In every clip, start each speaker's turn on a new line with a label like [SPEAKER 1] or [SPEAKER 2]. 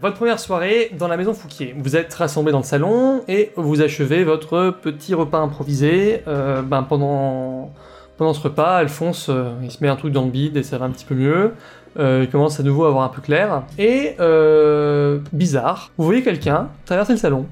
[SPEAKER 1] votre première soirée dans la maison Fouquier. Vous êtes rassemblés dans le salon et vous achevez votre petit repas improvisé. Euh, ben, pendant, pendant ce repas, Alphonse, euh, il se met un truc dans le bide et ça va un petit peu mieux. Euh, il commence à nouveau à avoir un peu clair. Et euh, bizarre, vous voyez quelqu'un traverser le salon.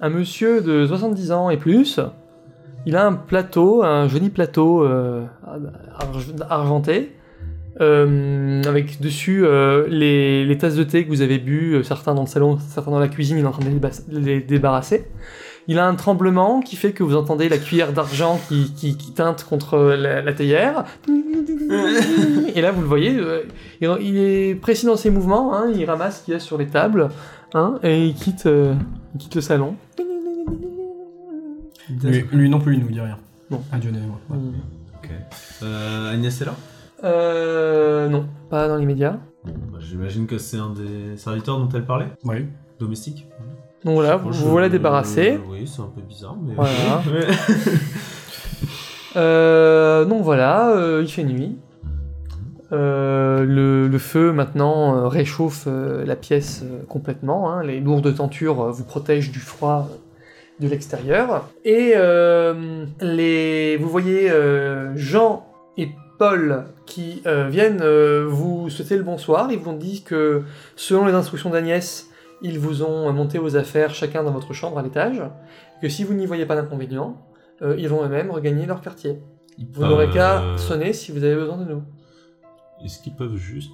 [SPEAKER 1] un monsieur de 70 ans et plus. Il a un plateau, un joli plateau euh, arg- argenté, euh, avec dessus euh, les, les tasses de thé que vous avez bu, euh, certains dans le salon, certains dans la cuisine, il est en train de les déba- les débarrasser. Il a un tremblement qui fait que vous entendez la cuillère d'argent qui, qui- qui teinte contre la, la théière. Et là, vous le voyez, euh, il, il est précis dans ses mouvements, hein, il ramasse ce qu'il y a sur les tables, hein, et il quitte, euh, il quitte le salon.
[SPEAKER 2] Lui, lui non plus, il nous dit rien.
[SPEAKER 1] Non.
[SPEAKER 2] Ah, Dieu, ouais. ouais.
[SPEAKER 3] Euh, Agnès est là
[SPEAKER 1] Euh, non, pas dans l'immédiat.
[SPEAKER 3] Bon, bah, J'imagine que c'est un des serviteurs dont elle parlait,
[SPEAKER 2] Ouais.
[SPEAKER 3] domestique.
[SPEAKER 1] Donc voilà,
[SPEAKER 3] Bon,
[SPEAKER 1] Ah, vous
[SPEAKER 3] je-
[SPEAKER 1] vous voilà débarrassé.
[SPEAKER 3] Oui, c'est un peu bizarre, mais.
[SPEAKER 1] Voilà.
[SPEAKER 3] Ouais.
[SPEAKER 1] Euh, donc voilà, euh, il fait nuit. Euh, le, le feu maintenant euh, réchauffe euh, la pièce euh, complètement. hein. Les lourdes tentures euh, vous protègent du froid euh, de l'extérieur. Et euh, les, vous voyez euh, Jean et Paul qui euh, viennent euh, vous souhaiter le bonsoir. Ils vous ont dit que selon les instructions d'Agnès, ils vous ont monté vos affaires chacun dans votre chambre à l'étage. Que si vous n'y voyez pas d'inconvénient, euh, ils vont eux-mêmes regagner leur quartier. Vous n'aurez qu'à
[SPEAKER 4] Euh,
[SPEAKER 1] sonner si vous avez besoin de nous.
[SPEAKER 4] Est-ce qu'ils peuvent juste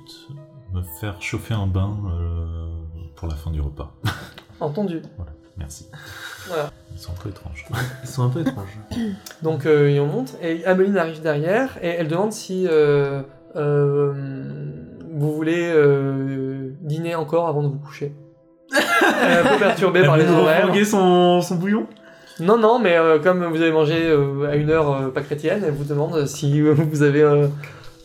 [SPEAKER 4] me faire chauffer un bain euh, pour la fin du repas
[SPEAKER 1] Entendu.
[SPEAKER 4] Voilà, merci.
[SPEAKER 1] Voilà.
[SPEAKER 4] Ils sont trop étranges.
[SPEAKER 3] Ils sont un peu étranges.
[SPEAKER 1] Donc euh, et on monte et Ameline arrive derrière et elle demande si euh, euh, vous voulez euh, dîner encore avant de vous coucher. Elle est un peu perturbée par les horaires.
[SPEAKER 3] son, son bouillon
[SPEAKER 1] Non, non, mais euh, comme vous avez mangé euh, à une heure euh, pas chrétienne, elle vous demande si euh, vous avez. euh,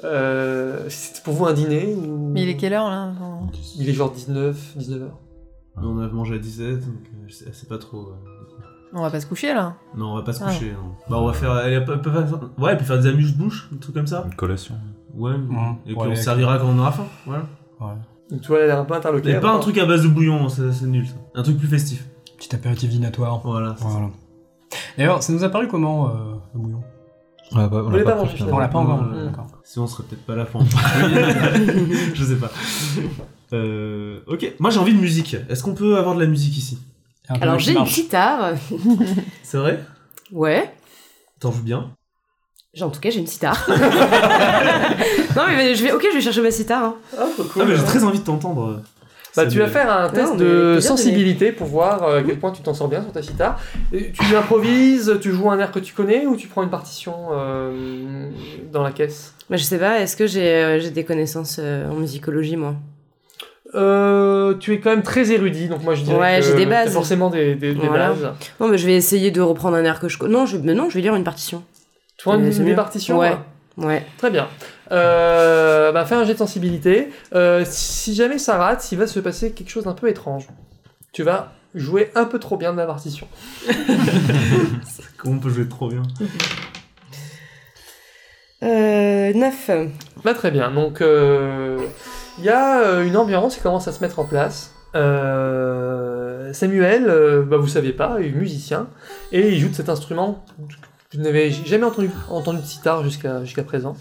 [SPEAKER 1] euh, si c'est pour vous un dîner ou.
[SPEAKER 5] Mais il est quelle heure là enfin
[SPEAKER 1] Il est genre 19, 19h.
[SPEAKER 3] On a mangé à 17, donc euh, je sais- elle sait pas trop. euh.
[SPEAKER 5] On va pas se coucher là.
[SPEAKER 3] Non, on va pas se
[SPEAKER 5] Ah.
[SPEAKER 3] coucher. non. Bah, on va faire. Elle, peut- peut faire... Ouais, elle peut faire des amuse-bouches, un truc comme ça.
[SPEAKER 4] Une collation
[SPEAKER 3] Ouais,
[SPEAKER 1] Mmh.
[SPEAKER 2] Mhm.
[SPEAKER 3] et puis
[SPEAKER 2] Ouais,
[SPEAKER 3] on
[SPEAKER 2] avec-
[SPEAKER 3] servira quand on aura faim. Voilà.
[SPEAKER 1] Donc tu vois, elle est un peu interloquée.
[SPEAKER 3] Mais pas un truc à base de bouillon, hein, ça- c'est nul ça. Un truc plus festif.
[SPEAKER 2] Petit apéritif dînatoire.
[SPEAKER 3] Voilà. c'est ça.
[SPEAKER 2] Voilà. D'ailleurs, ça nous a paru comment, euh, le bouillon
[SPEAKER 1] Vous l'avez pas mangé
[SPEAKER 2] On
[SPEAKER 1] finalement.
[SPEAKER 2] l'a pas encore.
[SPEAKER 6] Mm.
[SPEAKER 3] Euh,
[SPEAKER 2] D'accord.
[SPEAKER 3] Sinon, on serait peut-être pas là pour en parler. Je sais pas. Euh, ok, moi j'ai envie de musique. Est-ce qu'on peut avoir de la musique ici
[SPEAKER 2] Il y a un
[SPEAKER 6] Alors
[SPEAKER 2] peu
[SPEAKER 6] j'ai
[SPEAKER 2] de
[SPEAKER 6] une
[SPEAKER 2] marche.
[SPEAKER 6] guitare.
[SPEAKER 3] C'est vrai
[SPEAKER 6] Ouais.
[SPEAKER 3] T'en joues bien
[SPEAKER 6] J'ai- En tout cas, j'ai une sitar. non, mais je vais, ok, je vais chercher ma sitar. hein.
[SPEAKER 1] Ah, trop cool.
[SPEAKER 3] Ah, mais j'ai très envie de t'entendre.
[SPEAKER 1] Bah,
[SPEAKER 3] Ça
[SPEAKER 1] tu
[SPEAKER 3] me-
[SPEAKER 1] vas faire un test
[SPEAKER 6] mais
[SPEAKER 1] de
[SPEAKER 6] plaisir,
[SPEAKER 1] sensibilité pour voir euh, à quel point tu t'en sors bien sur ta sitar. Et Tu improvises, tu joues un air que tu connais ou tu prends une partition euh, dans la caisse
[SPEAKER 6] Mais je sais pas, est-ce que j'ai euh, j'ai des connaissances euh, en musicologie, moi
[SPEAKER 1] Euh, tu es quand même très érudit, donc moi je dirais
[SPEAKER 6] Ouais,
[SPEAKER 1] que
[SPEAKER 6] j'ai des
[SPEAKER 1] t'as
[SPEAKER 6] bases.
[SPEAKER 1] forcément des, des- des
[SPEAKER 6] Voilà.
[SPEAKER 1] bases.
[SPEAKER 6] Non, mais je vais essayer de reprendre un air que je connais. Non, je... mais non, je vais lire une partition.
[SPEAKER 1] Tu vois,
[SPEAKER 6] Mais
[SPEAKER 1] une,
[SPEAKER 6] c'est
[SPEAKER 1] une
[SPEAKER 6] mieux.
[SPEAKER 1] partition
[SPEAKER 6] Ouais.
[SPEAKER 1] ouais.
[SPEAKER 6] Ouais.
[SPEAKER 1] Très bien. Euh, bah, fais un jet de sensibilité. Euh, si jamais ça rate, il va se passer quelque chose d'un peu étrange. Tu vas jouer un peu trop bien de la partition.
[SPEAKER 3] Comment on peut jouer trop bien
[SPEAKER 6] Euh, 9.
[SPEAKER 1] Bah très bien, donc euh, il y a euh, une ambiance qui commence à se mettre en place. Euh, Samuel, euh, bah, vous savez pas, est musicien, et il joue de cet instrument que vous n'avez jamais entendu, entendu de sitar jusqu'à jusqu'à présent.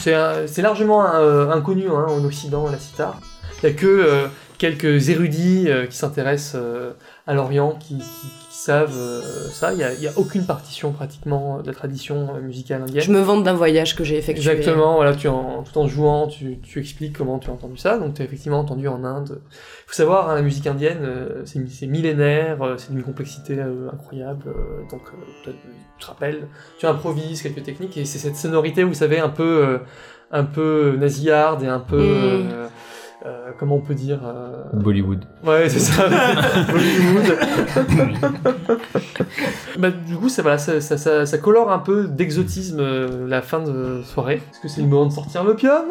[SPEAKER 1] C'est un- c'est largement euh, inconnu hein, en Occident, la sitar. Il n'y a que euh, quelques érudits euh, qui s'intéressent euh, à l'Orient, qui, qui- qui savent euh, ça. Il n'y a, il y a aucune partition pratiquement de la tradition euh, musicale
[SPEAKER 6] Je
[SPEAKER 1] indienne.
[SPEAKER 6] me vante d'un voyage que j'ai effectué.
[SPEAKER 1] Exactement, voilà, tu en, tout en jouant, tu, tu expliques comment tu as entendu ça. Donc, tu as effectivement entendu en Inde. Il faut savoir, hein, la musique indienne, euh, c'est c'est millénaire, euh, c'est d'une complexité euh, incroyable. euh, donc, euh, tu tu te rappelles, tu improvises quelques techniques et c'est cette sonorité, vous savez, un peu, euh, un peu nasillarde et un peu.
[SPEAKER 6] Mm.
[SPEAKER 1] euh, euh, comment on peut dire euh,
[SPEAKER 7] Bollywood.
[SPEAKER 1] Ouais, c'est ça. Bollywood. bah, du coup, ça, voilà, ça, ça, ça, ça colore un peu d'exotisme euh, la fin de soirée. Est-ce que c'est le moment de sortir l'opium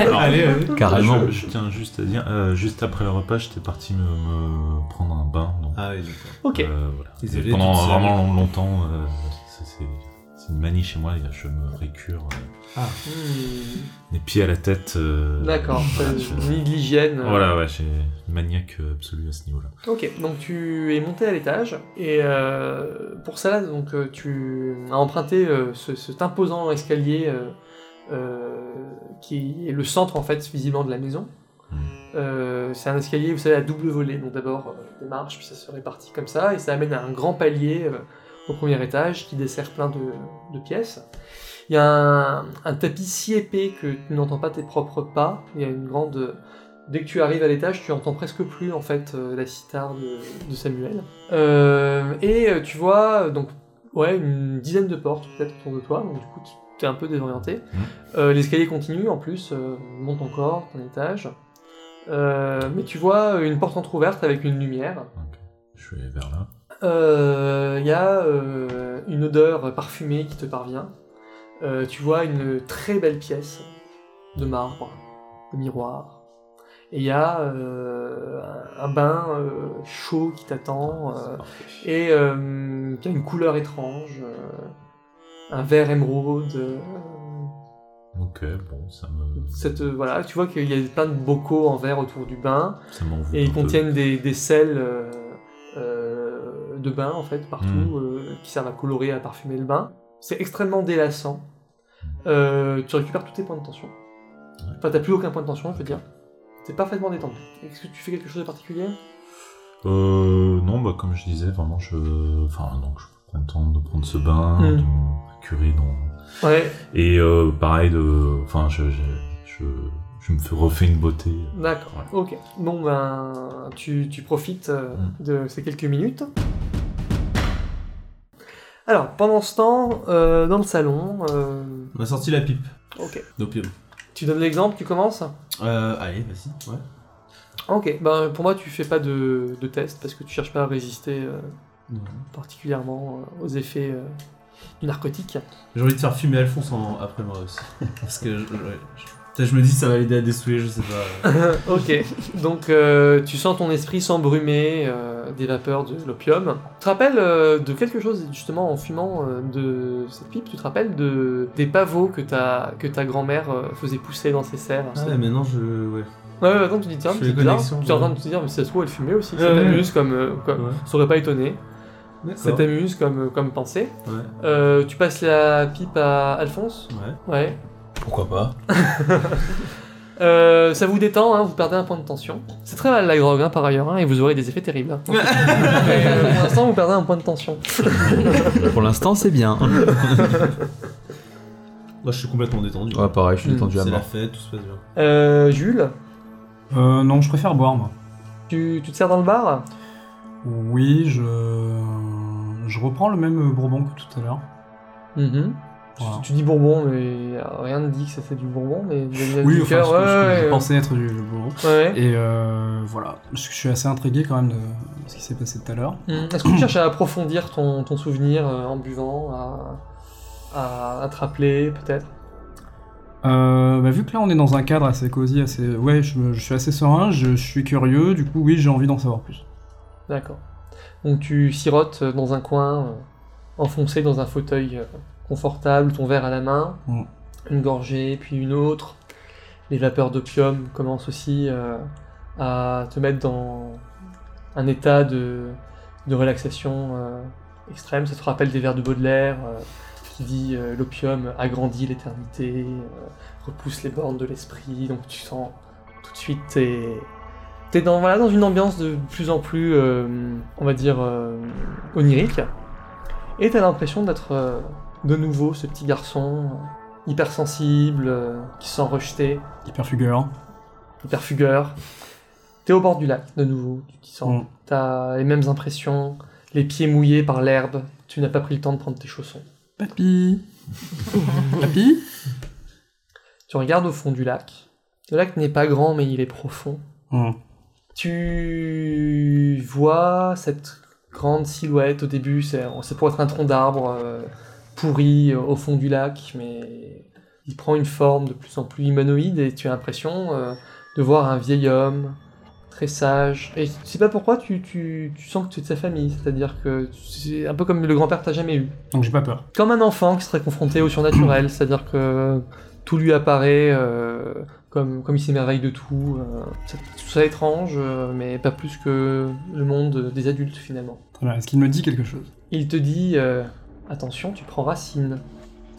[SPEAKER 4] Alors,
[SPEAKER 3] Allez, euh,
[SPEAKER 7] Carrément.
[SPEAKER 4] Ah, Je, je tiens juste à dire, euh, juste après le repas, j'étais parti me, me prendre un bain. donc,
[SPEAKER 3] Ah oui, d'accord.
[SPEAKER 1] Ok.
[SPEAKER 4] euh, voilà.
[SPEAKER 3] Isolé
[SPEAKER 4] Et Pendant
[SPEAKER 3] toute seule.
[SPEAKER 4] vraiment long- longtemps, euh, ça, c'est c'est une manie chez moi, je me récure euh,
[SPEAKER 1] Hmm,
[SPEAKER 4] les pieds à la tête. euh,
[SPEAKER 1] D'accord,
[SPEAKER 4] voilà,
[SPEAKER 1] ça-
[SPEAKER 4] je-
[SPEAKER 1] ni de l'hygiène. euh.
[SPEAKER 4] Voilà, ouais, j'ai une maniaque euh, absolue à ce niveau-là.
[SPEAKER 1] Ok, donc tu es monté à l'étage et euh, pour ça, donc euh, tu as emprunté euh, ce, cet imposant escalier euh, euh, qui est le centre en fait visiblement de la maison.
[SPEAKER 4] Mm.
[SPEAKER 1] Euh, c'est un escalier, vous savez, à double volet. Donc d'abord euh, des marches, puis ça se répartit comme ça et ça amène à un grand palier euh, au premier étage qui dessert plein de, de pièces. Il y a un, un tapis si épais que tu n'entends pas tes propres pas. Il y a une grande Dès que tu arrives à l'étage, tu entends presque plus en fait euh, la sitar de, de Samuel. Euh, et euh, tu vois euh, donc ouais une dizaine de portes peut-être autour de toi, donc du coup tu es un peu désorienté.
[SPEAKER 4] Mhm.
[SPEAKER 1] Euh, L'escalier continue en plus, euh, monte encore ton étage. Euh, mais tu vois une porte entrouverte avec une lumière.
[SPEAKER 4] Je vais vers là.
[SPEAKER 1] Euh, Il y a euh, une odeur parfumée qui te parvient. Euh, tu vois une très belle pièce de marbre, de miroir. Et il y a euh, un bain euh, chaud qui t'attend. euh, et euh, qui a une couleur étrange. euh, un vert émeraude. euh,
[SPEAKER 4] Ok, bon, ça me.
[SPEAKER 1] cette, euh, voilà, tu vois qu'il y a plein de bocaux en verre autour du bain.
[SPEAKER 4] ça m'envoûte
[SPEAKER 1] Et
[SPEAKER 4] un
[SPEAKER 1] ils
[SPEAKER 4] peu.
[SPEAKER 1] contiennent des, des sels euh, euh, de bain, en fait, partout,
[SPEAKER 4] Mm.
[SPEAKER 1] euh, qui servent à colorer, à parfumer le bain. C'est extrêmement délassant.
[SPEAKER 4] Mm.
[SPEAKER 1] Euh, tu récupères tous tes points de tension. Enfin, t'as plus aucun point de tension, je veux dire. T'es parfaitement détendu. Est-ce que tu fais quelque chose de particulier
[SPEAKER 4] Euh, non, bah, comme je disais, vraiment, je. Enfin, donc, je suis content de prendre ce bain,
[SPEAKER 1] Mm.
[SPEAKER 4] de me curer dans.
[SPEAKER 1] Ouais,
[SPEAKER 4] Et euh, pareil, de. Enfin, je, je, je, je me fais refais une beauté.
[SPEAKER 1] d'accord.
[SPEAKER 4] Ouais.
[SPEAKER 1] Ok. Bon, ben, tu, tu profites euh,
[SPEAKER 4] Mm.
[SPEAKER 1] de ces quelques minutes. Alors, pendant ce temps, euh, dans le salon, euh,
[SPEAKER 3] on a sorti la pipe
[SPEAKER 1] ok.
[SPEAKER 3] d'opium.
[SPEAKER 1] Tu donnes l'exemple, tu commences
[SPEAKER 3] Euh, allez, vas-y. Ouais.
[SPEAKER 1] Ok, ben pour moi tu fais pas de, de test parce que tu cherches pas à résister euh,
[SPEAKER 3] Non.
[SPEAKER 1] particulièrement euh, aux effets euh, du narcotique.
[SPEAKER 3] J'ai envie de faire fumer Alphonse en- après moi aussi. Parce que je, je- je- peut-être je me dis que ça va l'aider à dessouler, je sais pas.
[SPEAKER 1] ok, donc euh, tu sens ton esprit s'embrumer euh, des vapeurs de l'opium. Tu te rappelles euh, de quelque chose justement en fumant euh, de cette pipe Tu te rappelles de, des pavots que ta, que ta grand-mère euh, faisait pousser dans ses serres
[SPEAKER 3] Ah ouais, maintenant je. Ouais.
[SPEAKER 1] Ouais, ouais, attends, tu dis tiens,
[SPEAKER 3] Je fais
[SPEAKER 1] c'est
[SPEAKER 3] les
[SPEAKER 1] bizarre.
[SPEAKER 3] connexions,
[SPEAKER 1] Tu es en
[SPEAKER 3] ouais. Ah,
[SPEAKER 1] train de te dire mais si ça se trouve elle fumait aussi,
[SPEAKER 3] Ouais,
[SPEAKER 1] ça
[SPEAKER 3] ouais.
[SPEAKER 1] t'amuse comme, euh, comme-
[SPEAKER 3] Ouais.
[SPEAKER 1] ça aurait pas étonné, ça
[SPEAKER 3] D'accord.
[SPEAKER 1] t'amuse comme, comme pensée.
[SPEAKER 3] Ouais.
[SPEAKER 1] Euh, tu passes la pipe à Alphonse
[SPEAKER 3] Ouais.
[SPEAKER 1] Ouais.
[SPEAKER 3] Pourquoi pas
[SPEAKER 1] Euh, ça vous détend, hein, vous perdez un point de tension. C'est très mal la drogue, hein, par ailleurs, hein, et vous aurez des effets terribles. hein. Mais, euh, pour l'instant, vous perdez un point de tension.
[SPEAKER 7] Pour l'instant, c'est bien.
[SPEAKER 3] Moi je suis complètement détendu.
[SPEAKER 7] Ouais, pareil, je suis
[SPEAKER 1] Hmm,
[SPEAKER 7] détendu à
[SPEAKER 3] C'est la
[SPEAKER 7] mort.
[SPEAKER 3] fête, tout se passe bien.
[SPEAKER 1] Euh, Jules,
[SPEAKER 2] Euh, non, je préfère boire, moi.
[SPEAKER 1] tu, tu te sers dans le bar
[SPEAKER 2] Oui, je. Je reprends le même bourbon que tout à l'heure.
[SPEAKER 1] Tu-
[SPEAKER 2] Voilà.
[SPEAKER 1] tu, dis bourbon, mais euh, rien ne dit que ça c'est du bourbon, mais vous
[SPEAKER 6] Euh,
[SPEAKER 1] avez de la
[SPEAKER 2] Oui, enfin,
[SPEAKER 1] liqueur,
[SPEAKER 2] ce que- ce que
[SPEAKER 1] ouais,
[SPEAKER 2] je
[SPEAKER 1] ouais,
[SPEAKER 2] pensais être du du bourbon.
[SPEAKER 1] ouais.
[SPEAKER 2] Et euh, voilà, je je suis assez intrigué quand même de ce qui s'est passé tout à l'heure.
[SPEAKER 1] Hum, Est-ce que tu cherches à approfondir ton, ton souvenir euh, en buvant, à, à, à te rappeler peut-être
[SPEAKER 2] Euh, bah, vu que là on est dans un cadre assez cosy, assez... ouais, je, me- je suis assez serein, je, je suis curieux, du coup oui j'ai envie d'en savoir plus.
[SPEAKER 1] D'accord. Donc tu sirotes euh, dans un coin, euh, enfoncé dans un fauteuil euh, confortable, ton verre à la main,
[SPEAKER 2] Mm.
[SPEAKER 1] une gorgée, puis une autre. Les vapeurs d'opium commencent aussi euh, à te mettre dans un état de, de relaxation euh, extrême. Ça te rappelle des vers de Baudelaire euh, qui dit euh, l'opium agrandit l'éternité, euh, repousse les bornes de l'esprit, donc tu sens tout tout de suite et t'es dans, voilà, dans une ambiance de plus en plus, euh, on va dire, euh, onirique. Et t'as l'impression d'être euh, de nouveau ce petit garçon euh, hypersensible, euh, qui se sent rejeté,
[SPEAKER 2] Hyper fugueur.
[SPEAKER 1] hyper fugueur. T'es au bord du lac de nouveau, tu t'y sens.
[SPEAKER 2] Mm.
[SPEAKER 1] T'as les mêmes impressions, les pieds mouillés par l'herbe, tu n'as pas pris le temps de prendre tes chaussons.
[SPEAKER 2] Papy Papy
[SPEAKER 1] Tu regardes au fond du lac. Le lac n'est pas grand, mais il est profond.
[SPEAKER 2] Hmm.
[SPEAKER 1] Tu vois cette grande silhouette au début, c'est c'est pour être un tronc d'arbre euh, pourri euh, au fond du lac, mais il prend une forme de plus en plus humanoïde et tu as l'impression euh, de voir un vieil homme très sage. Et tu sais pas pourquoi tu, tu- tu sens que tu es de sa famille, c'est-à-dire que c'est un peu comme le grand-père que t'as jamais eu
[SPEAKER 2] Donc j'ai pas peur.
[SPEAKER 1] comme un enfant qui serait confronté au surnaturel, c'est-à-dire que tout lui apparaît euh, comme, comme il s'émerveille de tout. euh, c'est tout ça étrange, euh, mais pas plus que le monde des adultes finalement.
[SPEAKER 2] Très bien. Est-ce qu'il me dit quelque chose
[SPEAKER 1] Il te dit euh, attention, tu prends racine.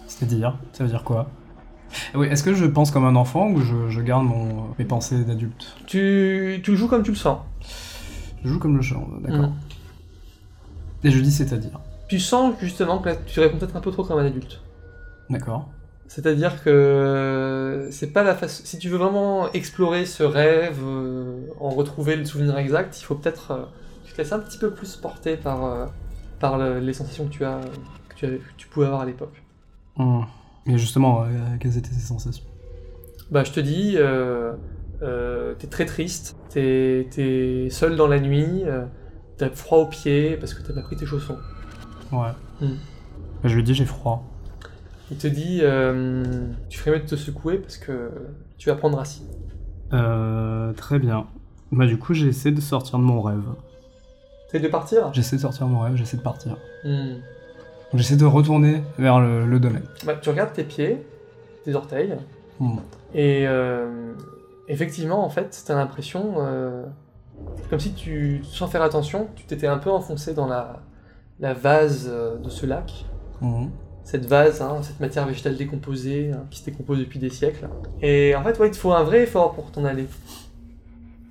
[SPEAKER 2] C'est-à-dire Ça veut dire quoi Ah Oui, est-ce que je pense comme un enfant ou je, je garde mon, mes pensées d'adulte
[SPEAKER 1] Tu, tu joues comme tu le sens.
[SPEAKER 2] Je joue comme le chant, d'accord.
[SPEAKER 1] Mm.
[SPEAKER 2] Et je dis c'est-à-dire.
[SPEAKER 1] Tu sens justement que là, tu réponds peut-être un peu trop comme un adulte.
[SPEAKER 2] D'accord.
[SPEAKER 1] C'est-à-dire que c'est pas la façon. Si tu veux vraiment explorer ce rêve, euh, en retrouver le souvenir exact, il faut peut-être euh, que tu te laisses un petit peu plus porter par, euh, par le- les sensations que tu as, que tu, avais- que tu pouvais avoir à l'époque.
[SPEAKER 2] Hmm. Mais justement, euh, quelles étaient ces sensations
[SPEAKER 1] Bah, je te dis, euh, euh, t'es très triste, t'es es seul dans la nuit, euh, t'as froid aux pieds parce que t'as pas pris tes chaussons.
[SPEAKER 2] Ouais.
[SPEAKER 1] Mm.
[SPEAKER 2] Bah, je lui dis j'ai froid.
[SPEAKER 1] Il te dit, euh, tu ferais mieux de te secouer parce que tu vas prendre racine.
[SPEAKER 2] Euh, très bien. Bah du coup j'essaie de sortir de mon rêve.
[SPEAKER 1] T'essayes de partir
[SPEAKER 2] J'essaie de sortir de mon rêve, j'essaie de partir.
[SPEAKER 1] Hmm.
[SPEAKER 2] J'essaie de retourner vers le, le domaine.
[SPEAKER 1] Bah, tu regardes tes pieds, tes orteils,
[SPEAKER 2] Hmm.
[SPEAKER 1] et euh, effectivement, en fait, t'as l'impression, euh, comme si tu, sans faire attention, tu t'étais un peu enfoncé dans la, la vase euh, de ce lac.
[SPEAKER 2] Hmm.
[SPEAKER 1] Cette vase, hein, cette matière végétale décomposée, hein, qui se décompose depuis des siècles. Et en fait, ouais, il te faut un vrai effort pour t'en aller.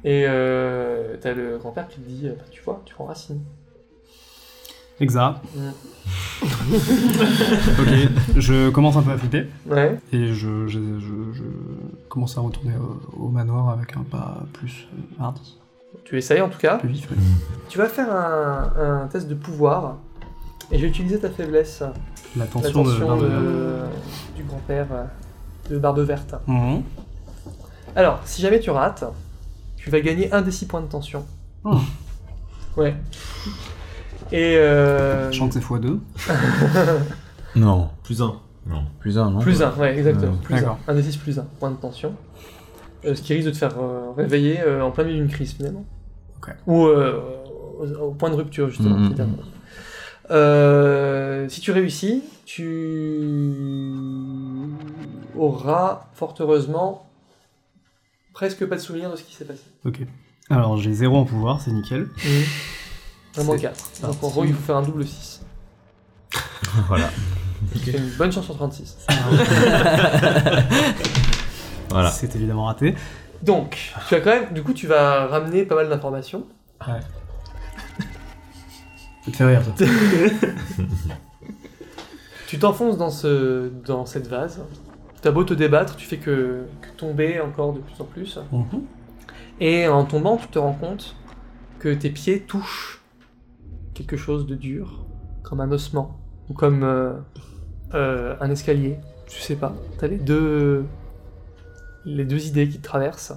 [SPEAKER 1] Et euh, t'as le grand-père qui te dit, euh, Bah, tu vois, tu prends racine.
[SPEAKER 2] Exact.
[SPEAKER 1] Mm.
[SPEAKER 2] ok, je commence un peu à flipper
[SPEAKER 1] Ouais.
[SPEAKER 2] et je, je- je- je commence à retourner au, au manoir avec un pas plus euh, hardi,
[SPEAKER 1] Tu essayes en tout cas.
[SPEAKER 2] plus vif. oui.
[SPEAKER 1] Tu vas faire un, un test de pouvoir. Et je vais utiliser ta faiblesse.
[SPEAKER 2] La tension de.
[SPEAKER 1] L'attention
[SPEAKER 2] de-
[SPEAKER 1] de- du grand-père euh, de Barbe Verte.
[SPEAKER 2] Mhm.
[SPEAKER 1] Alors, si jamais tu rates, tu vas gagner un des six points de tension.
[SPEAKER 2] Oh.
[SPEAKER 1] Ouais. Et euh,
[SPEAKER 2] Je sens que c'est x2.
[SPEAKER 7] Non,
[SPEAKER 3] Plus un.
[SPEAKER 4] Non.
[SPEAKER 7] plus un, non
[SPEAKER 1] plus un, ouais, exactement.
[SPEAKER 7] Euh,
[SPEAKER 1] plus un.
[SPEAKER 2] Hein, d'accord.
[SPEAKER 1] Un des six plus un, point de tension. Euh, ce qui risque de te faire euh, réveiller euh, en plein milieu d'une crise finalement.
[SPEAKER 2] Ok. Mm-hmm.
[SPEAKER 1] Ou euh, au, au point de rupture justement.
[SPEAKER 7] Mhm.
[SPEAKER 1] qui t'attend. Euh, si tu réussis, tu auras fort heureusement presque pas de souvenir de ce qui s'est passé.
[SPEAKER 2] Ok. Alors j'ai 0 en pouvoir, c'est nickel.
[SPEAKER 1] Vraiment
[SPEAKER 2] Mm-hmm. C'est
[SPEAKER 1] 4. Donc en
[SPEAKER 2] parti.
[SPEAKER 1] gros, il faut faire un double 6.
[SPEAKER 7] Voilà.
[SPEAKER 1] C'est une bonne chance sur 36.
[SPEAKER 7] Voilà.
[SPEAKER 2] C'est évidemment raté.
[SPEAKER 1] Donc, tu as quand même, du coup, tu vas ramener pas mal d'informations.
[SPEAKER 2] Ça te fait rire, toi.
[SPEAKER 1] Tu t'enfonces dans, ce, dans cette vase. T'as beau te débattre, tu fais que, que tomber encore de plus en plus.
[SPEAKER 2] Mhm.
[SPEAKER 1] Et en tombant, tu te rends compte que tes pieds touchent quelque chose de dur, comme un ossement, ou comme euh, euh, un escalier, tu sais pas. T'as les deux, les deux idées qui te traversent.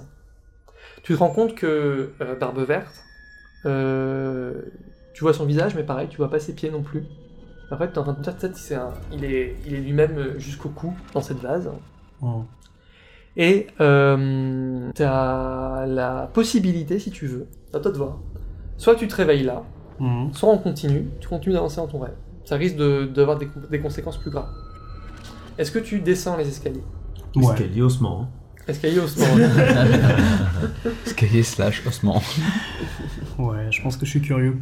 [SPEAKER 1] Tu te rends compte que euh, Barbe Verte, euh, tu vois son visage, mais pareil, tu vois pas ses pieds non plus. En fait, t'es en train de te dire, peut-être c'est un- il est, il est lui-même euh, jusqu'au cou dans cette vase.
[SPEAKER 2] Mhm.
[SPEAKER 1] Et euh, t'as la possibilité, si tu veux, à toi de voir. Soit tu te réveilles là,
[SPEAKER 2] Mhm.
[SPEAKER 1] soit on continue, tu continues d'avancer dans ton rêve. Ça risque de- d'avoir des, des conséquences plus graves. Est-ce que tu descends les escaliers
[SPEAKER 2] Ouais.
[SPEAKER 3] Escalier ossement.
[SPEAKER 1] Escalier au moment.
[SPEAKER 7] Escalier slash ossement.
[SPEAKER 2] ouais, je pense que je suis curieux.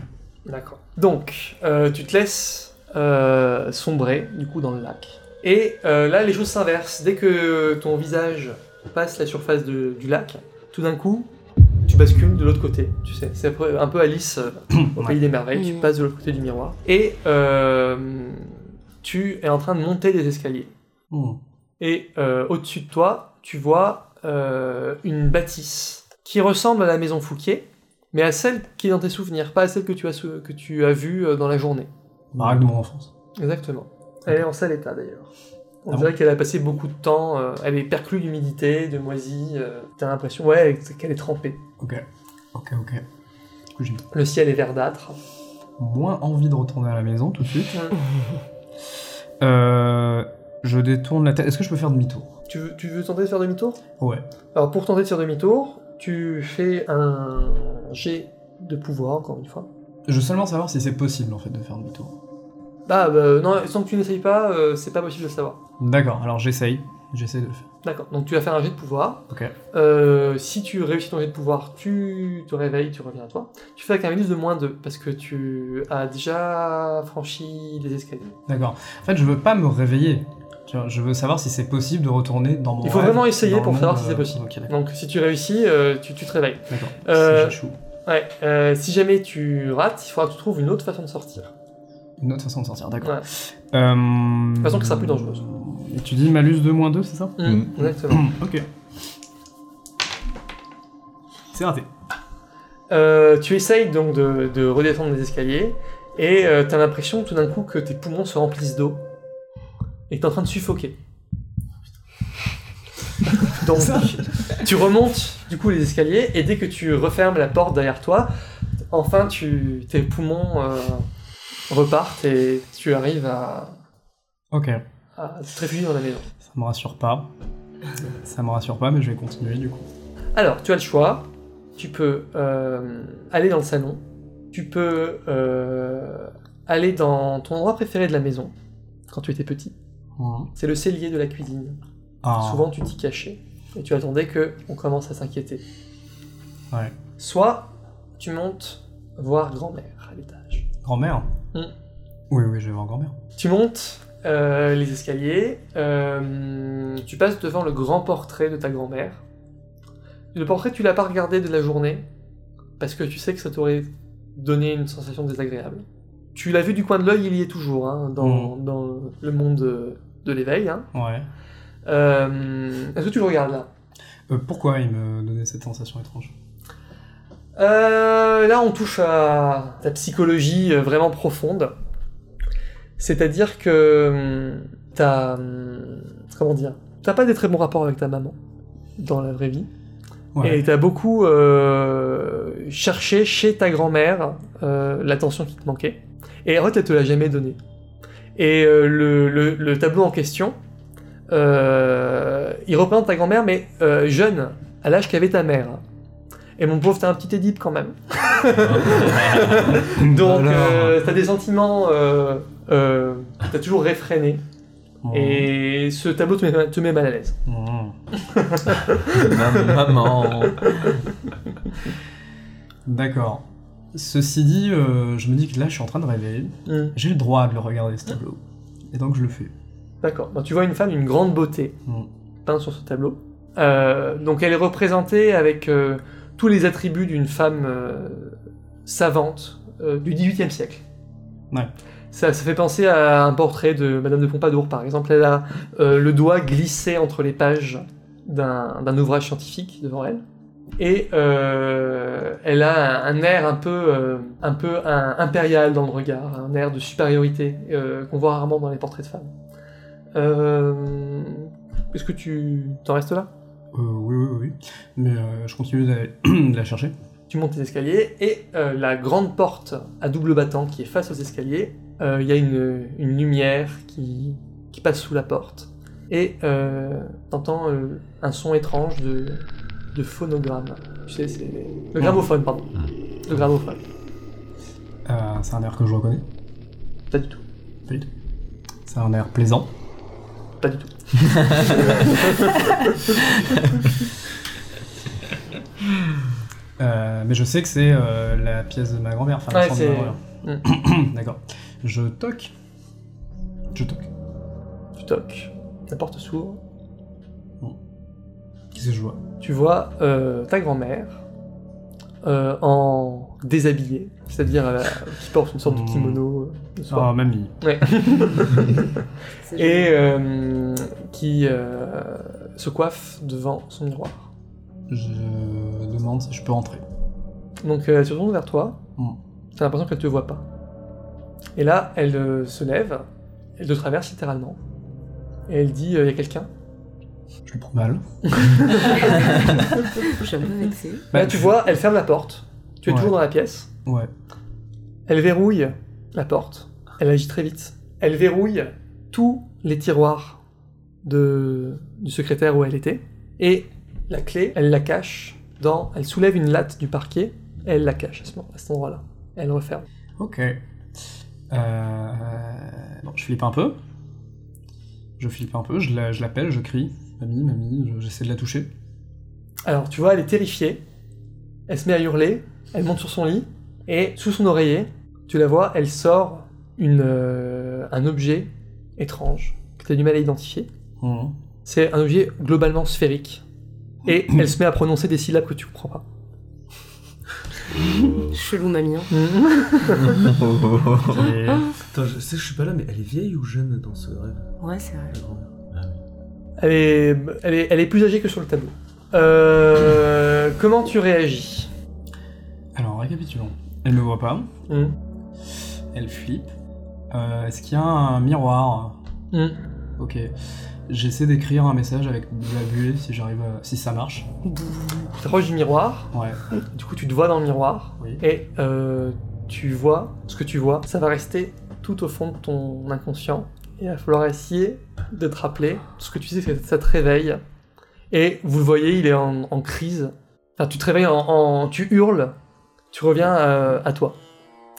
[SPEAKER 1] D'accord. Donc, euh, tu te laisses euh, sombrer, du coup, dans le lac. Et euh, là, les choses s'inversent. Dès que ton visage passe la surface de- du lac, tout d'un coup, tu bascules de l'autre côté, tu sais. C'est après- un peu Alice euh, au
[SPEAKER 2] Ouais.
[SPEAKER 1] pays des merveilles, tu
[SPEAKER 6] Mhm.
[SPEAKER 1] passes de l'autre côté du miroir. Et euh, tu es en train de monter des escaliers.
[SPEAKER 2] Hmm.
[SPEAKER 1] Et euh, au-dessus de toi, tu vois euh, une bâtisse qui ressemble à la maison Fouquier, mais à celle qui est dans tes souvenirs, pas à celle que tu as, sou- que tu as vue euh, dans la journée.
[SPEAKER 2] Baraque de mon enfance.
[SPEAKER 1] Exactement. Elle est en sale état d'ailleurs. On
[SPEAKER 2] Ah
[SPEAKER 1] dirait qu'elle a passé beaucoup de temps, euh, elle est perclue d'humidité, de moisie, euh, t'as l'impression ouais, elle- c'est qu'elle est trempée.
[SPEAKER 2] Ok. Ok, ok. Du coup, j'ai
[SPEAKER 1] Le ciel est verdâtre.
[SPEAKER 2] moins envie de retourner à la maison tout de suite. Euh, je détourne la tête. Est-ce que je peux faire demi-tour
[SPEAKER 1] Tu veux, tu veux tenter de faire demi-tour
[SPEAKER 2] Ouais.
[SPEAKER 1] Alors pour tenter de faire demi-tour, tu fais un jet de pouvoir, encore une fois.
[SPEAKER 2] Je veux seulement savoir si c'est possible en fait de faire demi-tour.
[SPEAKER 1] Ah bah non, sans que tu n'essayes pas, euh, c'est pas possible de le savoir.
[SPEAKER 2] D'accord, alors j'essaye. J'essaye de le faire.
[SPEAKER 1] D'accord, donc tu vas faire un jet de pouvoir.
[SPEAKER 2] Ok.
[SPEAKER 1] Euh, si tu réussis ton jet de pouvoir, tu te réveilles, tu reviens à toi. Tu fais avec un malus de moins 2, parce que tu as déjà franchi les escaliers.
[SPEAKER 2] D'accord. En fait, je veux pas me réveiller. Tu vois, Je veux savoir si c'est possible de retourner dans mon
[SPEAKER 1] Il faut
[SPEAKER 2] rêve,
[SPEAKER 1] vraiment essayer
[SPEAKER 2] dans le
[SPEAKER 1] pour
[SPEAKER 2] monde,
[SPEAKER 1] savoir si
[SPEAKER 2] euh,
[SPEAKER 1] c'est possible.
[SPEAKER 2] Ok, d'accord.
[SPEAKER 1] Donc si tu réussis, euh, tu, tu te réveilles.
[SPEAKER 2] D'accord.
[SPEAKER 1] Euh,
[SPEAKER 2] C'est chou.
[SPEAKER 1] Ouais, euh, si jamais tu rates, il faudra que tu trouves une autre façon de sortir.
[SPEAKER 2] Une autre façon de sortir, d'accord.
[SPEAKER 1] Ouais.
[SPEAKER 2] Euh...
[SPEAKER 1] Une façon qui sera plus dangereuse.
[SPEAKER 2] Et tu dis malus 2 moins 2, c'est ça
[SPEAKER 7] Mm.
[SPEAKER 1] Exactement.
[SPEAKER 2] Ok. C'est raté.
[SPEAKER 1] Euh, tu essayes donc de, de redescendre les escaliers et euh, t'as l'impression tout d'un coup que tes poumons se remplissent d'eau et que t'es en train de suffoquer. Donc tu remontes du coup les escaliers et dès que tu refermes la porte derrière toi, enfin tu, tes poumons euh, repartent et tu arrives à,
[SPEAKER 2] Ok.
[SPEAKER 1] à te réfugier dans la maison.
[SPEAKER 2] Ça me rassure pas. Ça me rassure pas, mais je vais continuer du coup.
[SPEAKER 1] Alors, tu as le choix. Tu peux euh, aller dans le salon. Tu peux euh, aller dans ton endroit préféré de la maison, quand tu étais petit. C'est le cellier de la cuisine.
[SPEAKER 2] Ah.
[SPEAKER 1] Souvent, tu t'y cachais. Et tu attendais que on commence à s'inquiéter.
[SPEAKER 2] Ouais.
[SPEAKER 1] Soit tu montes voir grand-mère à l'étage.
[SPEAKER 2] Grand-mère
[SPEAKER 1] Hmm.
[SPEAKER 2] Oui, oui, je vais voir grand-mère.
[SPEAKER 1] Tu montes euh, les escaliers, euh, tu passes devant le grand portrait de ta grand-mère. Le portrait, tu l'as pas regardé de la journée, parce que tu sais que ça t'aurait donné une sensation désagréable. Tu l'as vu du coin de l'œil, il y est toujours, hein, dans, dans le monde euh, de l'éveil. hein.
[SPEAKER 2] Ouais.
[SPEAKER 1] Euh, Est-ce que tu le regardes là
[SPEAKER 2] Euh, pourquoi il me donnait cette sensation étrange
[SPEAKER 1] Euh, là, on touche à ta psychologie euh, vraiment profonde. C'est-à-dire que hum, t'as. hum, Comment dire T'as pas des très bons rapports avec ta maman dans la vraie vie.
[SPEAKER 2] Ouais.
[SPEAKER 1] Et t'as beaucoup euh, cherché chez ta grand-mère euh, l'attention qui te manquait. Et en fait, elle te l'a jamais donnée. Et euh, le, le- le tableau en question, euh, il représente ta grand-mère, mais euh, jeune, à l'âge qu'avait ta mère. Et mon pauvre, t'as un petit Édipe quand même. Donc,
[SPEAKER 2] Alors,
[SPEAKER 1] euh, t'as des sentiments. Euh, euh, t'as toujours réfréné.
[SPEAKER 2] hmm.
[SPEAKER 1] Et ce tableau te met, te met mal à l'aise.
[SPEAKER 2] Hmm.
[SPEAKER 7] maman.
[SPEAKER 2] D'accord. Ceci dit, euh, je me dis que là, je suis en train de rêver.
[SPEAKER 1] Hmm.
[SPEAKER 2] J'ai le droit de le regarder, ce tableau. Et donc, je le fais.
[SPEAKER 1] D'accord. Donc, tu vois une femme d'une grande beauté
[SPEAKER 2] Mm.
[SPEAKER 1] peinte sur ce tableau. Euh, donc elle est représentée avec euh, tous les attributs d'une femme euh, savante euh, du XVIIIe siècle.
[SPEAKER 2] Ouais.
[SPEAKER 1] Ça, ça fait penser à un portrait de Madame de Pompadour, par exemple. Elle a euh, le doigt glissé entre les pages d'un d'un ouvrage scientifique devant elle. Et euh, elle a un, un air un peu, euh, un peu un- impérial dans le regard, un air de supériorité euh, qu'on voit rarement dans les portraits de femmes. Euh, Est-ce que tu t'en restes là
[SPEAKER 2] Euh, oui, oui, oui. Mais euh, je continue d'aller- de la chercher.
[SPEAKER 1] Tu montes les escaliers et euh, la grande porte à double battant qui est face aux escaliers, euh, il y a une, une lumière qui, qui passe sous la porte et euh, t'entends euh, un son étrange de, de phonogramme. Tu sais, c'est le gramophone, pardon. Le gramophone.
[SPEAKER 2] Euh, c'est un air que je reconnais.
[SPEAKER 1] Pas du tout.
[SPEAKER 2] Pas du tout. C'est un air plaisant.
[SPEAKER 1] Pas du tout.
[SPEAKER 2] Euh, mais je sais que c'est euh, la pièce de ma grand-mère. Enfin,
[SPEAKER 1] Ouais,
[SPEAKER 2] la chambre de ma
[SPEAKER 1] c'est- Mm.
[SPEAKER 2] grand-mère. D'accord. Je toque. Je toque.
[SPEAKER 1] Tu toques. La porte s'ouvre.
[SPEAKER 2] Qu'est-ce que je vois
[SPEAKER 1] tu vois euh, ta grand-mère euh, en déshabillé, c'est-à-dire elle a- qui porte une sorte de kimono euh, de soie.
[SPEAKER 2] Ah, mamie.
[SPEAKER 1] Ouais.
[SPEAKER 6] C'est
[SPEAKER 1] et
[SPEAKER 6] joli.
[SPEAKER 1] euh, qui euh, se coiffe devant son miroir.
[SPEAKER 2] Je demande si je peux entrer.
[SPEAKER 1] Donc euh, elle se tourne vers toi.
[SPEAKER 2] Mm.
[SPEAKER 1] T'as l'impression qu'elle te voit pas. Et là, elle euh, se lève, elle te traverse littéralement. Et elle dit, euh, il y a quelqu'un.
[SPEAKER 2] Je le prends mal.
[SPEAKER 6] Je suis un peu vexée.
[SPEAKER 1] là, Bah, tu vois, elle ferme la porte. Tu es
[SPEAKER 2] Bah, Ouais.
[SPEAKER 1] toujours dans la pièce.
[SPEAKER 2] Ouais.
[SPEAKER 1] Elle verrouille la porte. Elle agit très vite. Elle verrouille tous les tiroirs de, du secrétaire où elle était. Et la clé, elle la cache dans... Elle soulève une latte du parquet. Elle la cache à, ce moment- à cet endroit-là. Elle referme.
[SPEAKER 2] Ok. Euh... Bon, je flippe un peu. Je flippe un peu, je la- je l'appelle, je crie. Mamie, mamie, je- j'essaie de la toucher.
[SPEAKER 1] Alors tu vois, elle est terrifiée. Elle se met à hurler. Elle monte sur son lit. Et sous son oreiller, tu la vois, elle sort une, euh, un objet étrange que tu as du mal à identifier.
[SPEAKER 2] Mhm.
[SPEAKER 1] C'est un objet globalement sphérique. Et elle se met à prononcer des syllabes que tu comprends pas.
[SPEAKER 6] Chelou, mamie. hein.
[SPEAKER 3] Attends, je sais que je suis pas là, mais elle est vieille ou jeune dans ce rêve
[SPEAKER 6] Ouais, c'est vrai.
[SPEAKER 3] la grand-mère
[SPEAKER 1] Elle est, elle est, elle est plus âgée que sur le tableau. Euh, comment tu réagis
[SPEAKER 2] Alors, récapitulons. Elle me voit pas,
[SPEAKER 1] Hmm.
[SPEAKER 2] elle flippe. Euh, Est-ce qu'il y a un miroir
[SPEAKER 1] Hmm.
[SPEAKER 2] Ok. J'essaie d'écrire un message avec de la buée si j'arrive à... si ça marche.
[SPEAKER 1] Tu t'approches du miroir,
[SPEAKER 2] Ouais.
[SPEAKER 1] du coup tu te vois dans le miroir,
[SPEAKER 2] Oui.
[SPEAKER 1] et euh, tu vois ce que tu vois. Ça va rester tout au fond de ton inconscient, et il va falloir essayer de te rappeler ce que tu sais, c'est que ça te réveille. Et vous le voyez, il est en, en crise. Enfin, tu te réveilles, en, en- tu hurles, tu reviens euh, à toi.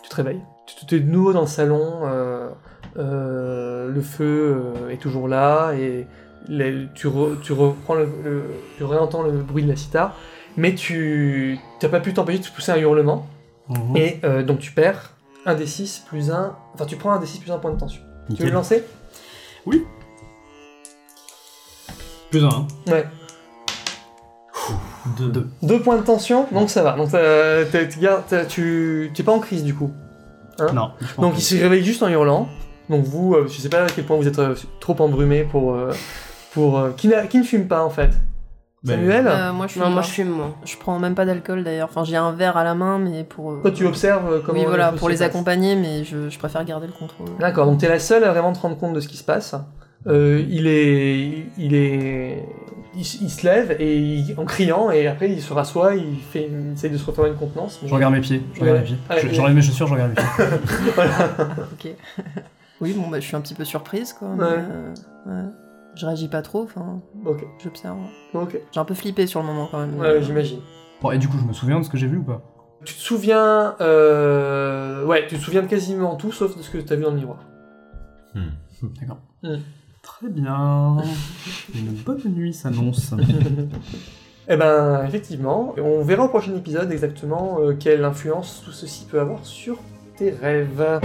[SPEAKER 1] Tu te réveilles. Tu tu es de nouveau dans le salon, euh, euh, le feu euh, est toujours là, et les- tu, re- tu reprends le, le- tu réentends le bruit de la cithare, mais tu n'as pas pu t'empêcher de pousser un hurlement,
[SPEAKER 2] Mhm.
[SPEAKER 1] et euh, donc tu perds un des 6 plus un... Enfin, tu prends un des 6 plus un point de tension. Tu veux
[SPEAKER 2] Nickel.
[SPEAKER 1] le lancer
[SPEAKER 2] Plus un. hein.
[SPEAKER 1] Ouais.
[SPEAKER 3] Deux.
[SPEAKER 1] Deux points de tension, donc ça va. Donc t'as- t'as- tu gardes- t'as- tu t'es pas en crise du coup.
[SPEAKER 2] Non. je pense
[SPEAKER 1] Donc
[SPEAKER 2] que-
[SPEAKER 1] il se réveille juste en hurlant. Donc vous, euh, je sais pas à quel point vous êtes euh, trop embrumé pour euh, pour euh, qui, n'a- qui ne fume pas en fait.
[SPEAKER 3] Ben,
[SPEAKER 1] Samuel,
[SPEAKER 5] Euh, moi, je suis
[SPEAKER 6] Non, moi
[SPEAKER 5] pas.
[SPEAKER 6] je fume, moi.
[SPEAKER 5] Je prends même pas d'alcool d'ailleurs. Enfin, j'ai un verre à la main, mais pour. euh,
[SPEAKER 1] toi tu observes euh, comment
[SPEAKER 5] Oui, voilà,
[SPEAKER 1] choses
[SPEAKER 5] pour
[SPEAKER 1] se
[SPEAKER 5] les
[SPEAKER 1] passent.
[SPEAKER 5] accompagner, mais je, je préfère garder le contrôle.
[SPEAKER 1] D'accord. Donc t'es la seule à vraiment te rendre compte de ce qui se passe. Euh, il est il est il, s- il se lève et il- en criant et après il se rassoit, il fait une- il essaye de se refaire une contenance. mais-
[SPEAKER 2] Je regarde mes pieds. Je regarde
[SPEAKER 1] Ouais. Ah,
[SPEAKER 2] mes pieds.
[SPEAKER 1] Ouais,
[SPEAKER 2] Je-
[SPEAKER 1] ouais.
[SPEAKER 2] J'enlève mes chaussures, je regarde mes pieds.
[SPEAKER 5] Ok. oui, bon, bah, je suis un petit peu surprise, quoi. mais,
[SPEAKER 1] Ouais.
[SPEAKER 5] euh, ouais. Je réagis pas trop, enfin,
[SPEAKER 1] Ok.
[SPEAKER 5] j'observe.
[SPEAKER 1] Ok.
[SPEAKER 5] J'ai un peu flippé sur le moment quand même.
[SPEAKER 1] Ouais, j'imagine.
[SPEAKER 2] Bon, et du coup, je me souviens de ce que j'ai vu ou pas
[SPEAKER 1] Tu te souviens, euh, ouais, tu te souviens de quasiment tout sauf de ce que t'as vu dans le miroir. Hmm.
[SPEAKER 2] Très bien. Une bonne nuit s'annonce.
[SPEAKER 1] Eh ben, effectivement, on verra au prochain épisode exactement euh, quelle influence tout ceci peut avoir sur tes rêves.